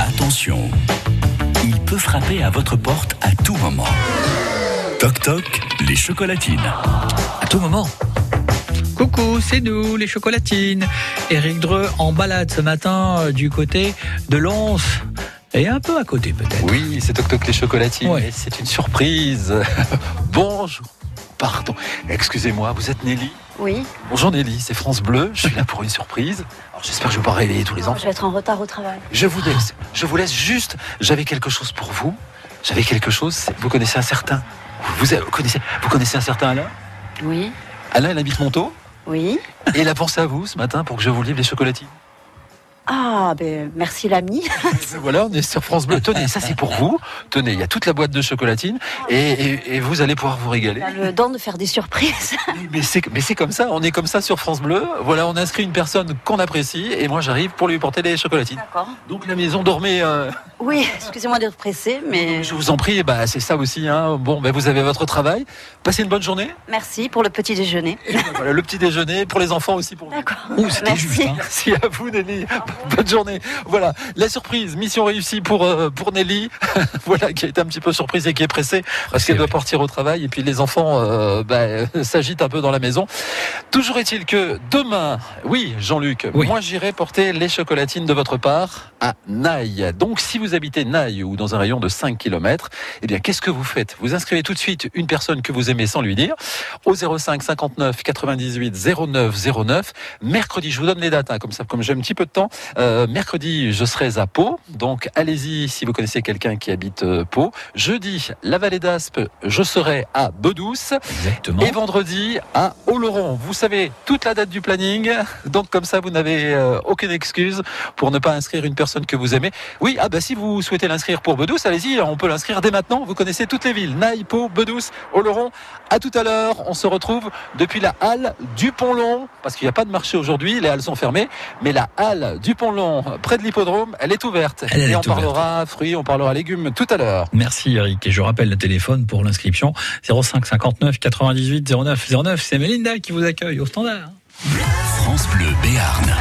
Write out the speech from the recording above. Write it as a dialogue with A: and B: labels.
A: Attention, il peut frapper à votre porte à tout moment. Toc toc, les chocolatines.
B: À tout moment.
C: Coucou, c'est nous, les chocolatines. Éric Dreux en balade ce matin euh, du côté de Lons. Et un peu à côté peut-être.
D: Oui, c'est Toc Toc les chocolatines.
C: Ouais.
D: Et C'est une surprise. Bonjour. Pardon. Excusez-moi, vous êtes Nelly
E: Oui,
D: Bonjour Nelly, c'est France Bleu. Je suis là pour une surprise. Alors j'espère que je ne vais pas réveiller tous les
E: Non,
D: enfants.
E: je vais être en retard au travail.
D: Je vous laisse. Je vous laisse juste. J'avais quelque chose pour vous. J'avais quelque chose. c'est- Vous connaissez un certain vous, vous connaissez, vous connaissez un certain Alain
E: Oui,
D: Alain, il habite Montaut.
E: oui.
D: Et il a pensé à vous ce matin pour que je vous livre les chocolatines.
E: Ah, ben merci l'ami.
D: Ben Voilà, on est sur France Bleu. Tenez, ça c'est pour vous. Tenez, il y a toute la boîte de chocolatines et, et- et vous allez pouvoir vous régaler.
E: On a le don de faire des surprises.
D: Oui, Mais c'est, mais c'est comme ça, on est comme ça sur France Bleu. Voilà, on inscrit une personne qu'on apprécie et moi j'arrive pour lui porter des chocolatines.
E: D'accord.
D: Donc la maison dormait. euh,
E: Oui, excusez-moi d'être pressée, mais
D: je vous en prie, bah, c'est ça aussi. hein. Bon, ben vous avez votre travail. Passez une bonne journée.
E: merci pour le petit déjeuner.
D: Et ben voilà, le petit déjeuner pour les enfants aussi pour vous.
E: D'accord.
B: Ouh, c'était
E: Merci.
B: juste. hein.
D: Merci à vous Nelly. Bonne journée. Voilà, la surprise, mission réussie pour, euh, pour Nelly. voilà, qui a été un petit peu surprise et qui est pressée parce qu'elle doit partir au travail et puis les enfants euh, bah, euh, s'agitent un peu dans la maison. Toujours est-il que demain, oui Jean-Luc,
B: Oui.
D: moi j'irai porter les chocolatines de votre part à Naï. Donc si vous habitez Naï ou dans un rayon de 5 km, eh bien qu'est-ce que vous faites Vous inscrivez tout de suite une personne que vous aimez sans lui dire au 05 59 98 09 09. Mercredi, je vous donne les dates, hein, comme ça, comme j'ai un petit peu de temps. Euh, mercredi, je serai à Pau, donc allez-y si vous connaissez quelqu'un qui habite euh, Pau. Jeudi, la vallée d'Aspe, je serai à Bedouce.
B: Exactement.
D: Et vendredi à Oloron. Vous savez toute la date du planning, donc comme ça vous n'avez euh, aucune excuse pour ne pas inscrire une personne que vous aimez. Oui, ah bah si vous souhaitez l'inscrire pour Bedouce, allez-y, hein, on peut l'inscrire dès maintenant. Vous connaissez toutes les villes, Naï, Pau, Bedouce, Oloron. À tout à l'heure, on se retrouve depuis la halle du Pont-Long, parce qu'il n'y a pas de marché aujourd'hui, les halles sont fermées, mais la halle du Pont-Long, près de l'hippodrome, elle est ouverte.
B: Elle, elle
D: Et
B: est
D: on
B: ouverte.
D: parlera fruits, on parlera légumes tout à l'heure.
B: Merci Eric. Et je rappelle le téléphone pour l'inscription 05 59 98 09 09. C'est Mélinda qui vous accueille au standard.
A: France Bleu Béarn.